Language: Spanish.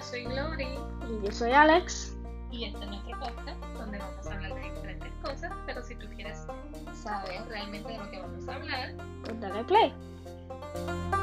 Karen Y yo soy Alex. y este es nuestro podcast donde vamos a hablar de diferentes cosas, pero si tú quieres saber realmente de lo que vamos a hablar, Pues dale play.